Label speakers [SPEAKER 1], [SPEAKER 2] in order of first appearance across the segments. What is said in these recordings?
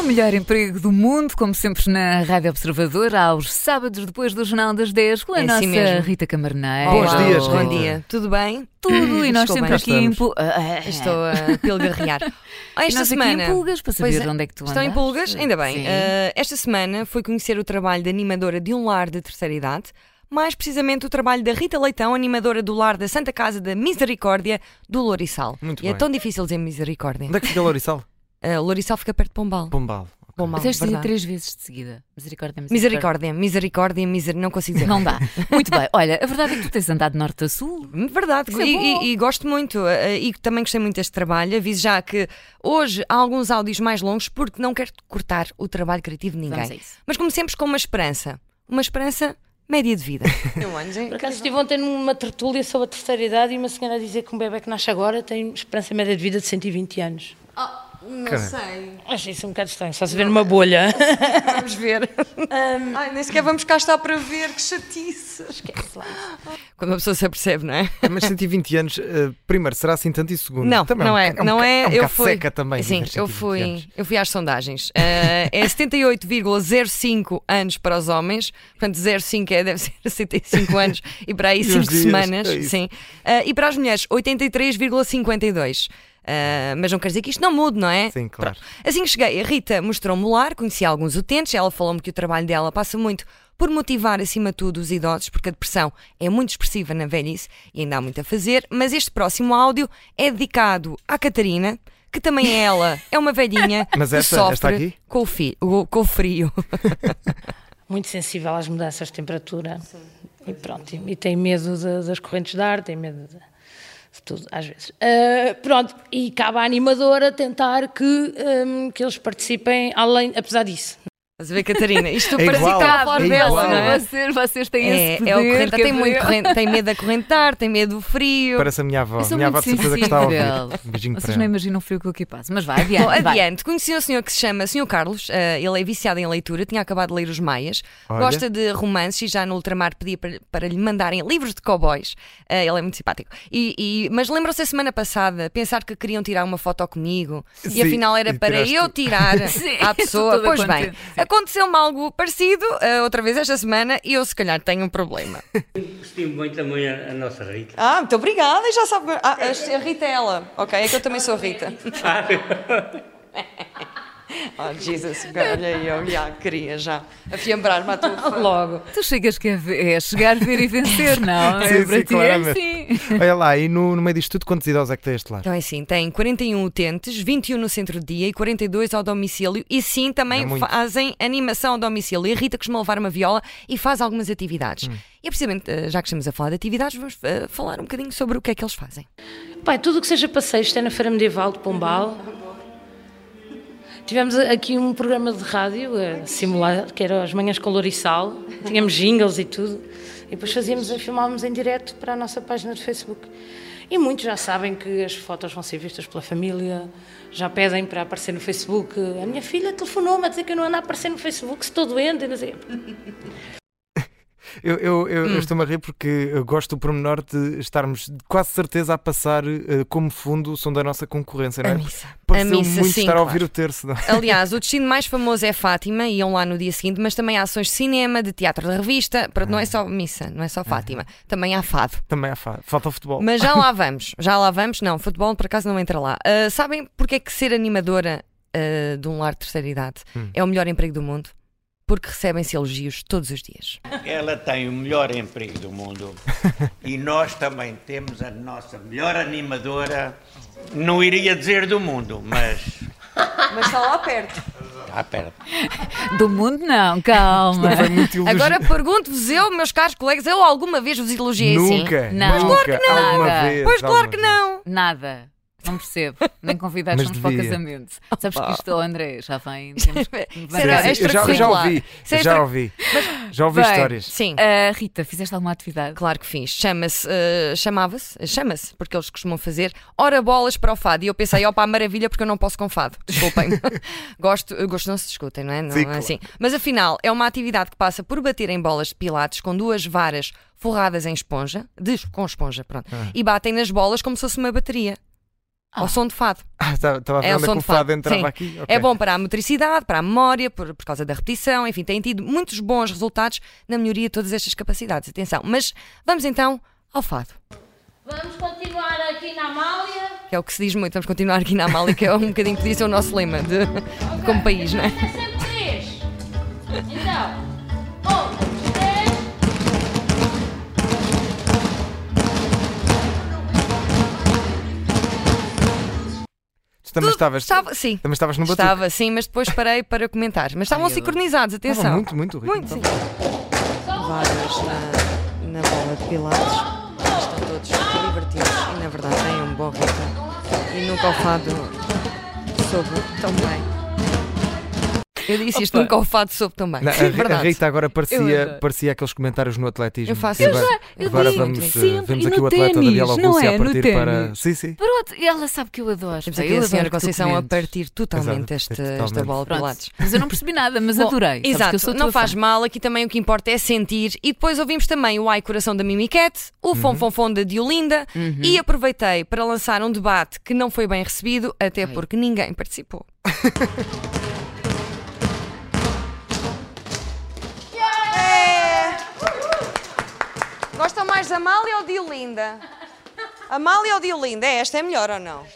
[SPEAKER 1] É melhor emprego do mundo, como sempre na Rádio Observador, aos sábados depois do Jornal das 10, com a
[SPEAKER 2] É assim
[SPEAKER 1] nossa
[SPEAKER 2] mesmo.
[SPEAKER 1] Rita Camarneiro.
[SPEAKER 2] Olá,
[SPEAKER 3] Bons dias,
[SPEAKER 2] É, Bom
[SPEAKER 3] Rita.
[SPEAKER 2] dia. Tudo bem?
[SPEAKER 1] Tudo, e nós
[SPEAKER 2] Estou
[SPEAKER 1] sempre
[SPEAKER 2] bem.
[SPEAKER 1] aqui
[SPEAKER 3] Cá
[SPEAKER 1] em
[SPEAKER 3] estamos.
[SPEAKER 1] pul- Ah, ah, ah.
[SPEAKER 2] Estou a pilgarrear. Ah,
[SPEAKER 1] E
[SPEAKER 2] Esta
[SPEAKER 1] nós aqui
[SPEAKER 2] semana.
[SPEAKER 1] em pulgas para
[SPEAKER 2] Pois
[SPEAKER 1] saber
[SPEAKER 2] é,
[SPEAKER 1] onde é que tu andas.
[SPEAKER 2] Estão em pulgas? Ainda bem.
[SPEAKER 1] Sim.
[SPEAKER 2] Ah, esta semana foi conhecer o trabalho da animadora de um lar de terceira idade, mais precisamente o trabalho da Rita Leitão, animadora do lar da Santa Casa da Misericórdia do Lourissal.
[SPEAKER 3] Muito
[SPEAKER 2] e é
[SPEAKER 3] bem.
[SPEAKER 2] tão difícil dizer Misericórdia.
[SPEAKER 3] Onde é que fica Lourissal?
[SPEAKER 2] Ah, Lourissal fica perto de Pombal.
[SPEAKER 3] Pombal. Ok.
[SPEAKER 2] Pombal,
[SPEAKER 1] Disseste
[SPEAKER 2] verdade.
[SPEAKER 1] três vezes de seguida. Misericórdia, misericórdia.
[SPEAKER 2] Misericórdia, misericórdia, miser... não consigo dizer.
[SPEAKER 1] Não dá. Muito bem. Olha, a verdade é que tu tens andado de norte a sul.
[SPEAKER 2] Verdade,
[SPEAKER 1] Isso
[SPEAKER 2] e,
[SPEAKER 1] é bom.
[SPEAKER 2] e- e gosto muito eh, e também gostei muito deste trabalho. Aviso já que hoje há alguns áudios mais longos porque não quero cortar o trabalho criativo de
[SPEAKER 1] Vamos a
[SPEAKER 2] ninguém.
[SPEAKER 1] isso.
[SPEAKER 2] Mas comecemos com uma esperança. Uma esperança média de vida.
[SPEAKER 4] Por acaso estive ontem numa tertúlia sobre a terceira idade e uma senhora a dizer que um bebê que nasce agora tem esperança média de vida de 120 anos.
[SPEAKER 5] Não sei.
[SPEAKER 4] Achei isso um bocado estranho, só se vê numa bolha.
[SPEAKER 5] Vamos ver. Ai, nem sequer vamos cá estar para ver, que chatice.
[SPEAKER 2] Quando a pessoa se apercebe, não é?
[SPEAKER 3] Ah, Mas 120 anos, eh, primeiro, será assim tanto e segundo?
[SPEAKER 2] Não,
[SPEAKER 3] também
[SPEAKER 2] não
[SPEAKER 3] um
[SPEAKER 2] é.
[SPEAKER 3] boca- um
[SPEAKER 2] não
[SPEAKER 3] boca-
[SPEAKER 2] é,
[SPEAKER 3] um
[SPEAKER 2] eu
[SPEAKER 3] bocado
[SPEAKER 2] fui.
[SPEAKER 3] seca também.
[SPEAKER 2] Sim,
[SPEAKER 3] viver
[SPEAKER 2] eu
[SPEAKER 3] 120
[SPEAKER 2] fui,
[SPEAKER 3] anos.
[SPEAKER 2] eu fui às sondagens. Ah, é 78,05 anos para os homens, portanto 0,5 é, deve ser 65 anos e para aí
[SPEAKER 3] E
[SPEAKER 2] 5
[SPEAKER 3] uns dias,
[SPEAKER 2] semanas.
[SPEAKER 3] é isso.
[SPEAKER 2] sim. Ah, e para as mulheres, 83,52. Ah, mas não quer dizer que isto não mude, não é?
[SPEAKER 3] Sim, claro.
[SPEAKER 2] Assim que cheguei, a Rita mostrou-me o lar, conheci alguns utentes, ela falou-me que o trabalho dela passa muito por motivar, acima de tudo, os idosos, porque a depressão é muito expressiva na velhice e ainda há muito a fazer. Mas este próximo áudio é dedicado à Catarina, que também é ela é uma velhinha
[SPEAKER 3] Mas
[SPEAKER 2] que
[SPEAKER 3] esta-
[SPEAKER 2] sofre
[SPEAKER 3] esta aqui?
[SPEAKER 2] Com, o fi- o- com o frio.
[SPEAKER 4] Muito sensível às mudanças de temperatura. E pronto, e e tem medo de- das correntes de ar, tem medo de, de tudo, às vezes. Ah, pronto, e cabe à animadora tentar que, hum, que eles participem, além, apesar disso.
[SPEAKER 2] Estás a ver, Catarina? Isto
[SPEAKER 3] É
[SPEAKER 2] parece
[SPEAKER 3] igual,
[SPEAKER 2] que está a falar
[SPEAKER 3] é
[SPEAKER 2] dela,
[SPEAKER 3] igual.
[SPEAKER 2] não é?
[SPEAKER 1] Vocês, vocês têm esse
[SPEAKER 2] É,
[SPEAKER 1] poder.
[SPEAKER 2] é o corrente,
[SPEAKER 1] quer
[SPEAKER 2] tem, muito
[SPEAKER 1] dizer.
[SPEAKER 2] corrente, tem medo da corrente de ar, tem medo do frio.
[SPEAKER 3] Parece a minha avó.
[SPEAKER 1] Eu sou
[SPEAKER 3] minha avó
[SPEAKER 1] muito
[SPEAKER 3] de certeza que está a
[SPEAKER 1] sensível.
[SPEAKER 3] ouvir. Um beijinho para
[SPEAKER 1] Vocês não é
[SPEAKER 3] ela.
[SPEAKER 1] imaginam o frio que eu aqui passo. Mas vai,
[SPEAKER 2] Bom,
[SPEAKER 1] adiante. vai.
[SPEAKER 2] adiante, conheci um senhor que se chama Senhor Carlos, eh, ele é viciado em leitura, tinha acabado de ler os Maias,
[SPEAKER 3] Olha.
[SPEAKER 2] gosta de romances e já no ultramar pedia para, para lhe mandarem livros de cowboys. Eh, ele é muito simpático. E, e- mas lembram-se a semana passada, pensar que queriam tirar uma foto comigo
[SPEAKER 3] Sim,
[SPEAKER 2] e afinal
[SPEAKER 3] e
[SPEAKER 2] era para
[SPEAKER 3] tiraste.
[SPEAKER 2] eu tirar
[SPEAKER 1] Sim,
[SPEAKER 2] à pessoa.
[SPEAKER 1] estou toda
[SPEAKER 2] Pois bem,
[SPEAKER 1] contente. Sim.
[SPEAKER 2] aconteceu-me algo parecido eh, outra vez esta semana e eu se calhar tenho um problema.
[SPEAKER 6] Estimo muito também a, a nossa Rita.
[SPEAKER 5] Ah, muito obrigada. E já sabe. Ah, a a Rita é ela. Ok, é que eu também sou a Rita. Oh, Jesus, olha eu já queria já afiambrar-me à tua frente.
[SPEAKER 4] Logo.
[SPEAKER 1] Tu chegas que é, ve- é chegar, ver e vencer, não? é
[SPEAKER 3] Sim,
[SPEAKER 1] para ti
[SPEAKER 3] sim,
[SPEAKER 1] é
[SPEAKER 3] claramente.
[SPEAKER 1] sim.
[SPEAKER 3] Olha lá, e no, no meio disto tudo, quantos idosos é que tem este lar?
[SPEAKER 2] Então é assim, tem 41 utentes, 21 no centro de dia e 42 ao domicílio. E sim, também
[SPEAKER 3] É muito.
[SPEAKER 2] fazem animação ao domicílio. E a Rita costuma levar uma viola e faz algumas atividades.
[SPEAKER 3] Hum.
[SPEAKER 2] E é precisamente, eh, já que estamos a falar de atividades, vamos eh, falar um bocadinho sobre o que é que eles fazem.
[SPEAKER 4] Pai, tudo o que seja passeios tem na Feira Medieval de Pombal. Tivemos a- aqui um programa de rádio a simular, que era as manhãs com Lourissal. Tínhamos jingles e tudo. E depois fazíamos, filmávamos em direto para a nossa página de Facebook. E muitos já sabem que as fotos vão ser vistas pela família, já pedem para aparecer no Facebook. A minha filha telefonou-me a dizer que eu não ando a aparecer no Facebook, se estou doente. e não sei.
[SPEAKER 3] Eu, eu, eu- eu
[SPEAKER 2] Hum.
[SPEAKER 3] estou-me a rir porque eu gosto do pormenor de estarmos de quase certeza a passar eh, como fundo o som da nossa concorrência, não é?
[SPEAKER 2] A missa.
[SPEAKER 3] Pareceu
[SPEAKER 2] A missa,
[SPEAKER 3] muito
[SPEAKER 2] sim,
[SPEAKER 3] estar a ouvir
[SPEAKER 2] claro.
[SPEAKER 3] o terço. Não? é?
[SPEAKER 2] Aliás, o destino mais famoso é Fátima, e iam lá no dia seguinte, mas também há ações de cinema, de teatro de revista. Pronto, não é só missa, não é só Fátima. Também há fado.
[SPEAKER 3] Também há fa- falta o futebol.
[SPEAKER 2] Mas já lá vamos, já lá vamos. Não, futebol por acaso não entra lá. Ah, sabem porque é que ser animadora ah, de um lar de terceira idade é o melhor emprego do mundo? Porque recebem-se elogios todos os dias.
[SPEAKER 7] Ela tem o melhor emprego do mundo e nós também temos a nossa melhor animadora, não iria dizer do mundo, mas
[SPEAKER 5] Mas está lá perto.
[SPEAKER 7] está perto.
[SPEAKER 1] Do mundo, não, calma.
[SPEAKER 3] Foi muito elogio.
[SPEAKER 2] Agora pergunto-vos eu, meus caros colegas, eu alguma vez vos elogiei assim?
[SPEAKER 3] Nunca.
[SPEAKER 1] Não. Mas claro que
[SPEAKER 3] nunca,
[SPEAKER 1] não.
[SPEAKER 3] alguma
[SPEAKER 1] Nada.
[SPEAKER 3] vez,
[SPEAKER 2] Pois claro
[SPEAKER 3] alguma
[SPEAKER 2] que
[SPEAKER 3] vez.
[SPEAKER 2] não.
[SPEAKER 1] Nada. Não percebo. Nem convidados
[SPEAKER 3] Mas
[SPEAKER 1] somos para o
[SPEAKER 3] devia.
[SPEAKER 1] casamento. Sabes que isto, oh, André, já vem. Temos...
[SPEAKER 2] Era
[SPEAKER 3] Sim, sim, eu já, eu já
[SPEAKER 2] extracurricular.
[SPEAKER 3] ouvi,
[SPEAKER 2] Isso é
[SPEAKER 3] eu já
[SPEAKER 2] extra-
[SPEAKER 3] ouvi, já ouvi
[SPEAKER 1] Bem,
[SPEAKER 3] histórias.
[SPEAKER 2] Sim.
[SPEAKER 1] Ah, Rita, fizeste alguma atividade?
[SPEAKER 2] Ah, Claro que fiz. Chama-se, eh, chamava-se, eh, chama-se, porque eles costumam fazer ora bolas para o fado. E eu pensei, opa, maravilha, porque eu não posso com fado. Desculpem. gosto, eh, gosto não se discutem, não é? Não
[SPEAKER 3] Sim,
[SPEAKER 2] é
[SPEAKER 3] claro.
[SPEAKER 2] assim. Mas afinal, é uma atividade que passa por bater em bolas de pilates com duas varas forradas em esponja, de, com esponja, pronto, e batem nas bolas como se fosse uma bateria. Ao som de fado.
[SPEAKER 3] Ah. Ah, estava a ver
[SPEAKER 2] É o
[SPEAKER 3] onde é
[SPEAKER 2] som
[SPEAKER 3] que o
[SPEAKER 2] de fado.
[SPEAKER 3] fado entrava
[SPEAKER 2] Sim.
[SPEAKER 3] aqui.
[SPEAKER 2] É
[SPEAKER 3] Ok.
[SPEAKER 2] bom para a motricidade, para a memória, por, por causa da repetição, enfim, tem tido muitos bons resultados na melhoria de todas estas capacidades. Atenção. Mas vamos então ao fado.
[SPEAKER 8] Vamos continuar aqui na Amália.
[SPEAKER 2] Que é o que se diz muito. Vamos continuar aqui na Amália, que é um bocadinho que podia ser o nosso lema de, como país, não é?
[SPEAKER 8] É sempre três. Então, um, dois, três.
[SPEAKER 3] Tu
[SPEAKER 2] Tudo
[SPEAKER 3] também estavas.
[SPEAKER 2] estava- sim.
[SPEAKER 3] Também estavas no batuque.
[SPEAKER 2] Estava, sim, mas depois parei para comentar. Mas estavam sincronizados, atenção.
[SPEAKER 3] Estava muito, muito rico.
[SPEAKER 2] Muito, sim.
[SPEAKER 5] Vários ah, na, na bola de pilates. Estão todos super divertidos e, na verdade, têm um bom ritmo. E nunca o fado soube tão bem.
[SPEAKER 2] Eu disse isto nunca ao fado soube também.
[SPEAKER 3] Não, a, Ri- a
[SPEAKER 2] Verdade.
[SPEAKER 3] Rita agora
[SPEAKER 1] Eu
[SPEAKER 3] parecia,
[SPEAKER 1] adoro.
[SPEAKER 3] parecia aqueles comentários no atletismo.
[SPEAKER 2] Eu faço
[SPEAKER 3] E
[SPEAKER 2] isso.
[SPEAKER 3] agora,
[SPEAKER 1] Eu
[SPEAKER 3] agora
[SPEAKER 2] digo
[SPEAKER 3] vamos,
[SPEAKER 1] sempre.
[SPEAKER 3] eh, vemos
[SPEAKER 1] E no
[SPEAKER 3] aqui o atleta da
[SPEAKER 1] ténis,
[SPEAKER 3] Bielorrússia
[SPEAKER 1] não é?
[SPEAKER 3] a
[SPEAKER 1] No
[SPEAKER 3] partir para.
[SPEAKER 1] ténis.
[SPEAKER 3] Sim, sim.
[SPEAKER 1] Pronto, ela sabe que eu adoro.
[SPEAKER 2] Temos
[SPEAKER 1] pá,
[SPEAKER 2] aqui
[SPEAKER 1] eu
[SPEAKER 2] a
[SPEAKER 1] adoro
[SPEAKER 2] senhora
[SPEAKER 1] que tu
[SPEAKER 2] Conceição a
[SPEAKER 1] comentes.
[SPEAKER 2] partir totalmente
[SPEAKER 3] Exato,
[SPEAKER 2] esta,
[SPEAKER 3] totalmente.
[SPEAKER 2] esta bola de
[SPEAKER 1] Pronto,
[SPEAKER 2] pilates.
[SPEAKER 1] Mas eu não percebi nada, mas
[SPEAKER 2] Bom,
[SPEAKER 1] adorei. Sabes
[SPEAKER 2] Exato,
[SPEAKER 1] que eu sou
[SPEAKER 2] não
[SPEAKER 1] tua
[SPEAKER 2] faz
[SPEAKER 1] fã.
[SPEAKER 2] mal, aqui também o que importa é sentir. E depois ouvimos também o Ai Coração da Mimiquete, o
[SPEAKER 1] Uhum.
[SPEAKER 2] Fom Fom Fom da Diolinda e aproveitei para lançar um debate que não foi bem recebido, até porque ninguém participou. Gostam mais da Amália ou de Diolinda? Amália ou Diolinda? É, esta é melhor ou não?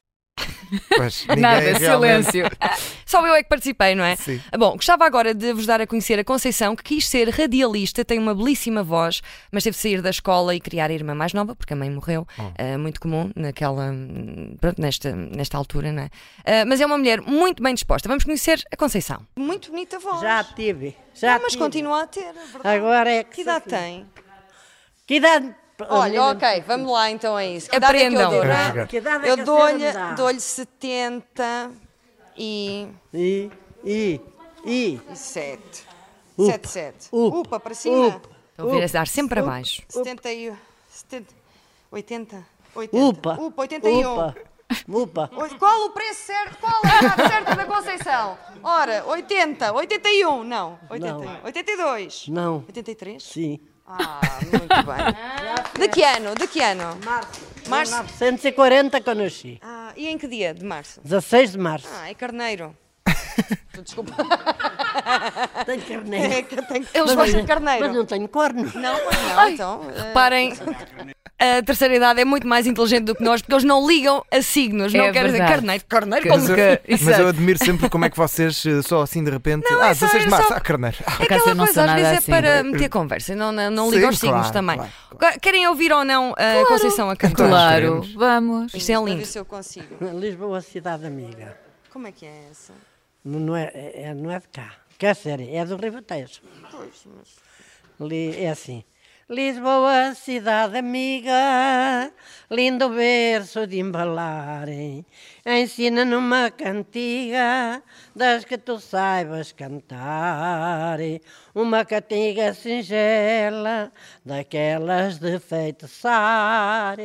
[SPEAKER 3] Pois,
[SPEAKER 2] é
[SPEAKER 3] ninguém
[SPEAKER 1] Nada,
[SPEAKER 3] realmente-
[SPEAKER 1] silêncio.
[SPEAKER 2] Só eu é que participei, não é?
[SPEAKER 3] Sim.
[SPEAKER 2] Bom, gostava agora de vos dar a conhecer a Conceição, que quis ser radialista, tem uma belíssima voz, mas teve de sair da escola e criar a irmã mais nova, porque a mãe morreu.
[SPEAKER 3] Oh.
[SPEAKER 2] Ah, muito comum naquela. hum, Pronto, nesta, nesta altura, não é? Ah, mas é uma mulher muito bem disposta. Vamos conhecer a Conceição. Muito bonita voz.
[SPEAKER 9] Já tive, já
[SPEAKER 2] mas
[SPEAKER 9] tive.
[SPEAKER 2] continua a ter, é verdade.
[SPEAKER 9] Agora é que
[SPEAKER 2] Que idade
[SPEAKER 9] sofri.
[SPEAKER 2] tem?
[SPEAKER 9] Que idade?
[SPEAKER 2] Olha,
[SPEAKER 9] Oh,
[SPEAKER 2] ok, vamos lá então a isso. Que idade é que eu Aprendam. dou, não
[SPEAKER 3] Vamos
[SPEAKER 2] é?
[SPEAKER 3] jogar.
[SPEAKER 9] Que idade é que
[SPEAKER 2] Eu
[SPEAKER 9] a
[SPEAKER 2] dou-lhe
[SPEAKER 9] senhora me dá?
[SPEAKER 2] dou 70 e.
[SPEAKER 9] E, e, e.
[SPEAKER 2] e 7.
[SPEAKER 9] Up,
[SPEAKER 2] 7, 7.
[SPEAKER 9] up,
[SPEAKER 2] Upa, para cima.
[SPEAKER 9] up,
[SPEAKER 2] Estão a ouvir a dar sempre abaixo.
[SPEAKER 10] 70 e... 70, 80, 80.
[SPEAKER 9] Upa.
[SPEAKER 10] Upa, 81.
[SPEAKER 9] Upa. Upa.
[SPEAKER 10] Oi, Qual o preço certo? Qual
[SPEAKER 2] é
[SPEAKER 10] a idade certa da Conceição? Ora, 80, 81, não. 81, 82.
[SPEAKER 9] Não.
[SPEAKER 10] 83?
[SPEAKER 9] Sim.
[SPEAKER 10] Ah, muito bem.
[SPEAKER 2] De que ano? De que ano?
[SPEAKER 10] Março.
[SPEAKER 9] 1940 que eu nasci.
[SPEAKER 10] Ah, e em que dia de março?
[SPEAKER 9] 16 de março.
[SPEAKER 10] Ah, é carneiro. Desculpa.
[SPEAKER 9] Tenho carneiro.
[SPEAKER 10] É que eu tenho-
[SPEAKER 2] Eles
[SPEAKER 10] Mas
[SPEAKER 2] gostam
[SPEAKER 10] não-
[SPEAKER 2] de
[SPEAKER 10] carneiro.
[SPEAKER 9] Mas não tenho corno.
[SPEAKER 10] Não, mas não, então. eh,
[SPEAKER 2] Reparem, a terceira idade é muito mais inteligente do que nós porque eles não ligam a signos. Não
[SPEAKER 1] É
[SPEAKER 2] querem dizer
[SPEAKER 1] verdade.
[SPEAKER 2] carneiro. Carneiro
[SPEAKER 1] Que-
[SPEAKER 2] como
[SPEAKER 1] que-
[SPEAKER 2] que.
[SPEAKER 1] isso
[SPEAKER 3] Mas
[SPEAKER 1] é-
[SPEAKER 3] eu admiro sempre como é que vocês, eh, só assim de repente.
[SPEAKER 2] Não,
[SPEAKER 3] ah,
[SPEAKER 2] é só-
[SPEAKER 3] 16 de
[SPEAKER 2] é
[SPEAKER 3] março,
[SPEAKER 2] só-
[SPEAKER 3] ah, carneiro. Ah,
[SPEAKER 1] acaso
[SPEAKER 2] Aquela
[SPEAKER 1] eu não sou
[SPEAKER 2] coisa às
[SPEAKER 1] nada
[SPEAKER 2] vezes
[SPEAKER 1] assim.
[SPEAKER 2] é para meter conversa, não, não, não
[SPEAKER 3] Sim,
[SPEAKER 2] liga aos signos
[SPEAKER 3] claro,
[SPEAKER 2] também.
[SPEAKER 3] claro,
[SPEAKER 2] Querem ouvir ou não a Conceição a cantar?
[SPEAKER 1] Claro,
[SPEAKER 3] queremos.
[SPEAKER 1] vamos.
[SPEAKER 2] Isto é
[SPEAKER 10] Para ver
[SPEAKER 2] lindo.
[SPEAKER 10] se eu consigo.
[SPEAKER 9] Lisboa, cidade amiga.
[SPEAKER 10] Como é que é essa?
[SPEAKER 9] Não não é, é- é- não é de cá. Quer dizer, é do Ribatejo.
[SPEAKER 10] Pois, mas.
[SPEAKER 9] Li- É assim. Lisboa, cidade amiga, lindo verso de embalarem, ensina numa cantiga das que tu saibas cantar. Uma cantiga singela, daquelas de feitiçar,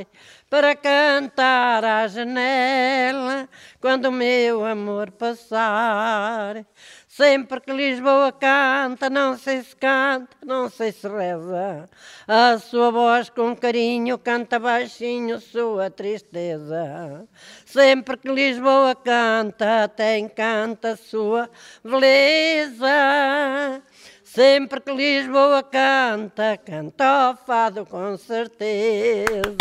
[SPEAKER 9] para cantar à janela quando o meu amor passar. Sempre que Lisboa canta, não sei se canta, não sei se reza. A sua voz com carinho canta baixinho sua tristeza. Sempre que Lisboa canta, tem canta sua beleza. Sempre que Lisboa canta, canta o fado com certeza.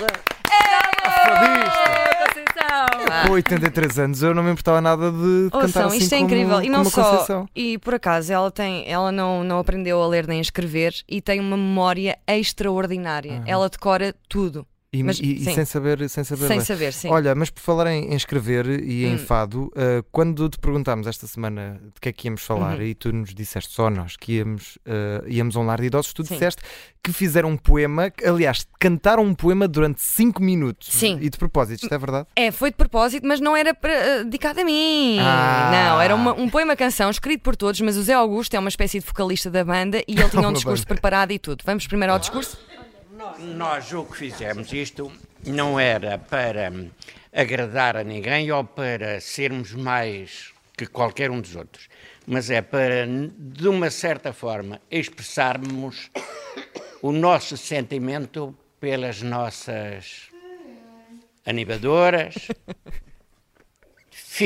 [SPEAKER 3] Com 83 anos eu não me importava nada de cantar
[SPEAKER 2] Ouçam,
[SPEAKER 3] assim
[SPEAKER 2] isto é
[SPEAKER 3] como-
[SPEAKER 2] incrível. E
[SPEAKER 3] como
[SPEAKER 2] não
[SPEAKER 3] a
[SPEAKER 2] só.
[SPEAKER 3] Conceição.
[SPEAKER 2] E por acaso ela tem, ela não, não aprendeu a ler nem a escrever e tem uma memória extraordinária. Ela decora tudo.
[SPEAKER 3] E,
[SPEAKER 2] Mas,
[SPEAKER 3] e- e
[SPEAKER 2] sim.
[SPEAKER 3] sem saber, sem Ah. saber.
[SPEAKER 2] Sem
[SPEAKER 3] ler.
[SPEAKER 2] saber, sim. Hum.
[SPEAKER 3] Olha, mas por falar em, em escrever e em fado, ah, quando te perguntámos esta semana de que é que íamos falar
[SPEAKER 2] Uhum.
[SPEAKER 3] e tu nos disseste só nós que íamos, ah, íamos a um lar de idosos, tu disseste que fizeram um poema, que, aliás, cantaram um poema durante 5 minutos.
[SPEAKER 2] Sim.
[SPEAKER 3] E de propósito, isto é verdade?
[SPEAKER 2] É, foi de propósito, mas não era para, eh, dedicado a mim.
[SPEAKER 3] Ah.
[SPEAKER 2] Não, era uma- um poema-canção escrito por todos, mas o Zé Augusto é uma espécie de vocalista da banda e ele tinha
[SPEAKER 3] Uma
[SPEAKER 2] um discurso
[SPEAKER 3] banda. Ah.
[SPEAKER 2] preparado e tudo. Vamos primeiro ao discurso?
[SPEAKER 7] Nós o que fizemos isto não era para hum, agradar a ninguém ou para sermos mais que qualquer um dos outros, mas é para, n- de uma certa forma, expressarmos o nosso sentimento pelas nossas animadoras,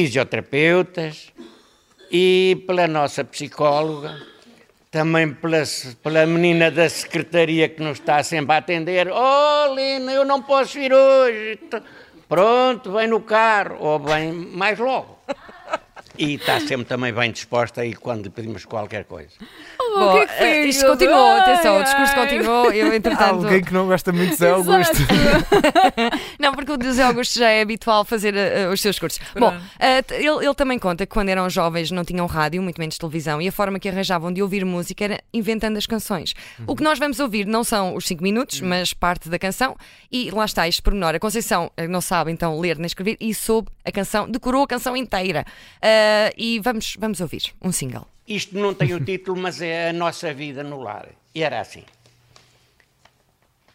[SPEAKER 7] fisioterapeutas e pela nossa psicóloga, também pela, se- pela menina da secretaria que nos está sempre a atender. Oh, Lina, eu não posso ir hoje. T- Pronto, vem no carro, ou vem mais logo. E está sempre também bem disposta aí quando lhe pedimos qualquer coisa.
[SPEAKER 1] o que é que foi
[SPEAKER 2] eh, isto
[SPEAKER 1] aquilo?
[SPEAKER 2] continuou,
[SPEAKER 1] Ai,
[SPEAKER 2] atenção, o discurso
[SPEAKER 1] ai.
[SPEAKER 2] continuou. Eu, entretanto.
[SPEAKER 3] Alguém que não gosta muito de Zé Augusto.
[SPEAKER 2] Não, porque o José Augusto já é habitual fazer eh, os seus cursos. Bom, eh, t- ele, ele também conta que quando eram jovens não tinham rádio, muito menos televisão, e a forma que arranjavam de ouvir música era inventando as canções. O que nós vamos ouvir não são os 5 minutos,
[SPEAKER 1] Uhum.
[SPEAKER 2] mas parte da canção, e lá está este pormenor. A Conceição eh, não sabe então ler nem escrever e soube a canção, decorou a canção inteira. Eh, e vamos, vamos ouvir um single.
[SPEAKER 7] Isto não tem o título, mas é a nossa vida no lar. E era assim.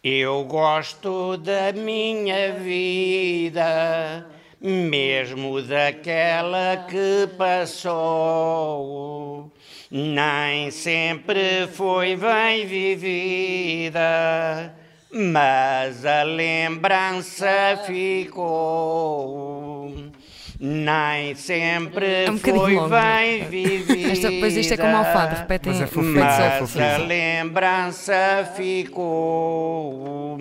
[SPEAKER 7] Eu gosto da minha vida, mesmo daquela que passou. Nem sempre foi bem vivida, mas a lembrança ficou. Nem sempre
[SPEAKER 2] É um bocadinho
[SPEAKER 7] foi
[SPEAKER 2] longo, não é?
[SPEAKER 7] bem vivida.
[SPEAKER 2] Esta- pois isto é como alfada, repetem.
[SPEAKER 3] Mas é fofinho,
[SPEAKER 2] repetem só.
[SPEAKER 3] é
[SPEAKER 7] Hum, Mas a
[SPEAKER 3] fofinho.
[SPEAKER 7] lembrança ficou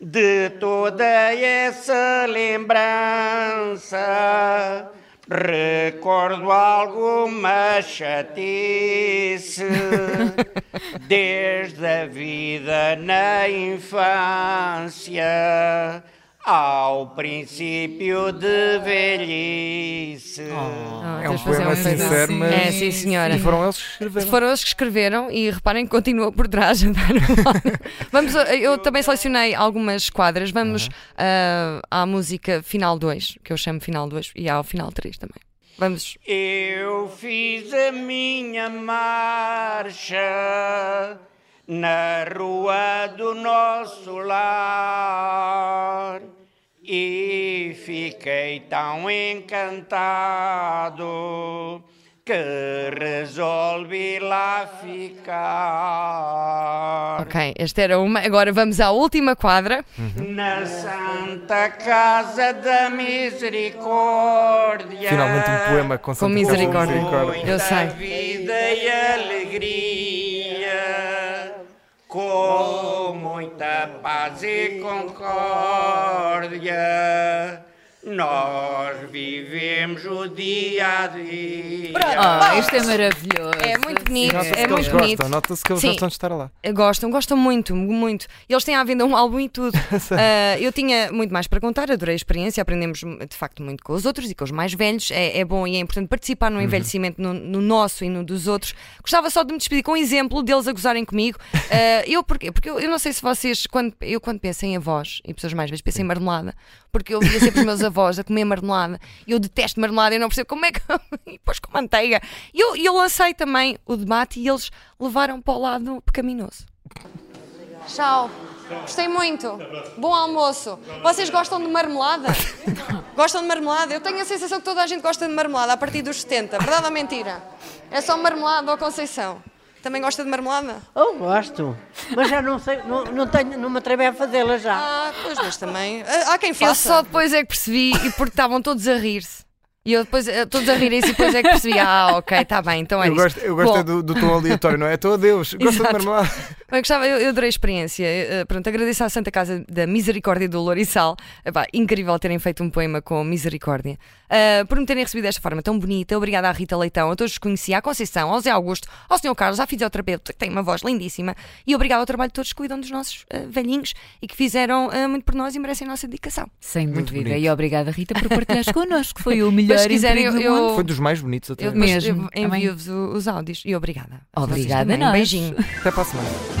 [SPEAKER 7] de toda essa lembrança. Recordo alguma chatice desde a vida na infância ao princípio de velhice.
[SPEAKER 2] Ah,
[SPEAKER 3] É um
[SPEAKER 2] tens de fazer
[SPEAKER 3] poema
[SPEAKER 2] um pedaço.
[SPEAKER 3] sincero, mas.
[SPEAKER 2] É, sim, senhora.
[SPEAKER 3] E foram eles que escreveram.
[SPEAKER 2] Foram eles que escreveram e reparem que continua por trás a dar um ar. Vamos, a- eu também selecionei algumas quadras. Vamos ah, à música final 2, que eu chamo final 2, e ao final 3 também. Vamos.
[SPEAKER 7] Eu fiz a minha marcha na rua do nosso lar e fiquei tão encantado que resolvi lá ficar.
[SPEAKER 2] Ok, esta era uma. Agora vamos à última quadra.
[SPEAKER 7] Na Santa Casa da Misericórdia.
[SPEAKER 3] Finalmente um poema com, Santa Cruz de
[SPEAKER 2] misericórdia. Eu sei.
[SPEAKER 7] Muita vida e alegria, com muita paz e concórdia, nós vivemos o dia a dia.
[SPEAKER 1] Oh, isto é maravilhoso.
[SPEAKER 2] É muito bonito,
[SPEAKER 3] Nota-se
[SPEAKER 2] é
[SPEAKER 3] que eles
[SPEAKER 2] muito
[SPEAKER 3] gostam,
[SPEAKER 2] bonito.
[SPEAKER 3] nota-se que eles
[SPEAKER 2] Sim.
[SPEAKER 3] gostam de estar lá.
[SPEAKER 2] Gostam, gostam muito, muito. Eles têm à venda um álbum e tudo. Ah, eu tinha muito mais para contar, adorei a experiência, aprendemos de facto muito com os outros e com os mais velhos. É, é bom e é importante participar no envelhecimento no, no nosso e no dos outros. Gostava só de me despedir com um exemplo deles a gozarem comigo. Ah, eu porquê? Porque eu, eu não sei se vocês, quando, eu quando penso em avós e pessoas mais velhas, penso em marmelada, porque eu via sempre os meus avós a comer marmelada. Eu detesto marmelada, eu não percebo como é que. e depois com manteiga. E eu, eu lancei também o debate e eles levaram para o lado pecaminoso.
[SPEAKER 10] Tchau. Gostei muito. Bom almoço. Vocês gostam de marmelada? Gostam de marmelada? Eu tenho a sensação que toda a gente gosta de marmelada a partir dos 70. Verdade ou mentira? É só marmelada ou Conceição? Também gosta de marmelada?
[SPEAKER 9] Eu gosto, mas já não sei, não, não, tenho, não me atrevo a fazê-la já.
[SPEAKER 10] Ah, pois, mas também. Ah, Há quem
[SPEAKER 2] Eu
[SPEAKER 10] faça.
[SPEAKER 2] só depois é que percebi e porque estavam todos a rir-se. E eu depois, eh, todos a rirem se e depois é que percebi, ah, ok, está bem, então é
[SPEAKER 3] Eu
[SPEAKER 2] isso.
[SPEAKER 3] gosto, eu gosto
[SPEAKER 2] Bom,
[SPEAKER 3] é do, do tom aleatório, não é? Estou a Deus, gosto de
[SPEAKER 2] Exato.
[SPEAKER 3] marmelada.
[SPEAKER 2] Eu, gostava, eu, eu adorei a experiência. Eh, eh, pronto, agradeço à Santa Casa da Misericórdia do Lourissal. Epá, incrível terem feito um poema com misericórdia. Eh, por me terem recebido desta forma tão bonita. Obrigada à Rita Leitão, a todos que conheci, à Conceição, ao Zé Augusto, ao Sr. Carlos, à fisioterapeuta, que tem uma voz lindíssima. E obrigada ao trabalho de todos que cuidam dos nossos eh, velhinhos e que fizeram eh, muito por nós e merecem a nossa dedicação.
[SPEAKER 1] Sem
[SPEAKER 3] Muito
[SPEAKER 1] dúvida.
[SPEAKER 3] bonito.
[SPEAKER 1] E obrigada, Rita, por partilhares connosco. Foi o melhor
[SPEAKER 2] Mas se quiserem,
[SPEAKER 1] emprego do
[SPEAKER 2] eu-
[SPEAKER 1] mundo.
[SPEAKER 3] Foi dos mais bonitos até
[SPEAKER 2] Eu
[SPEAKER 3] agora.
[SPEAKER 1] mesmo,
[SPEAKER 2] eu envio-vos o- os áudios e obrigada. a vocês
[SPEAKER 1] Obrigada a
[SPEAKER 2] também. Um
[SPEAKER 1] nós.
[SPEAKER 2] beijinho.
[SPEAKER 3] Até para a semana.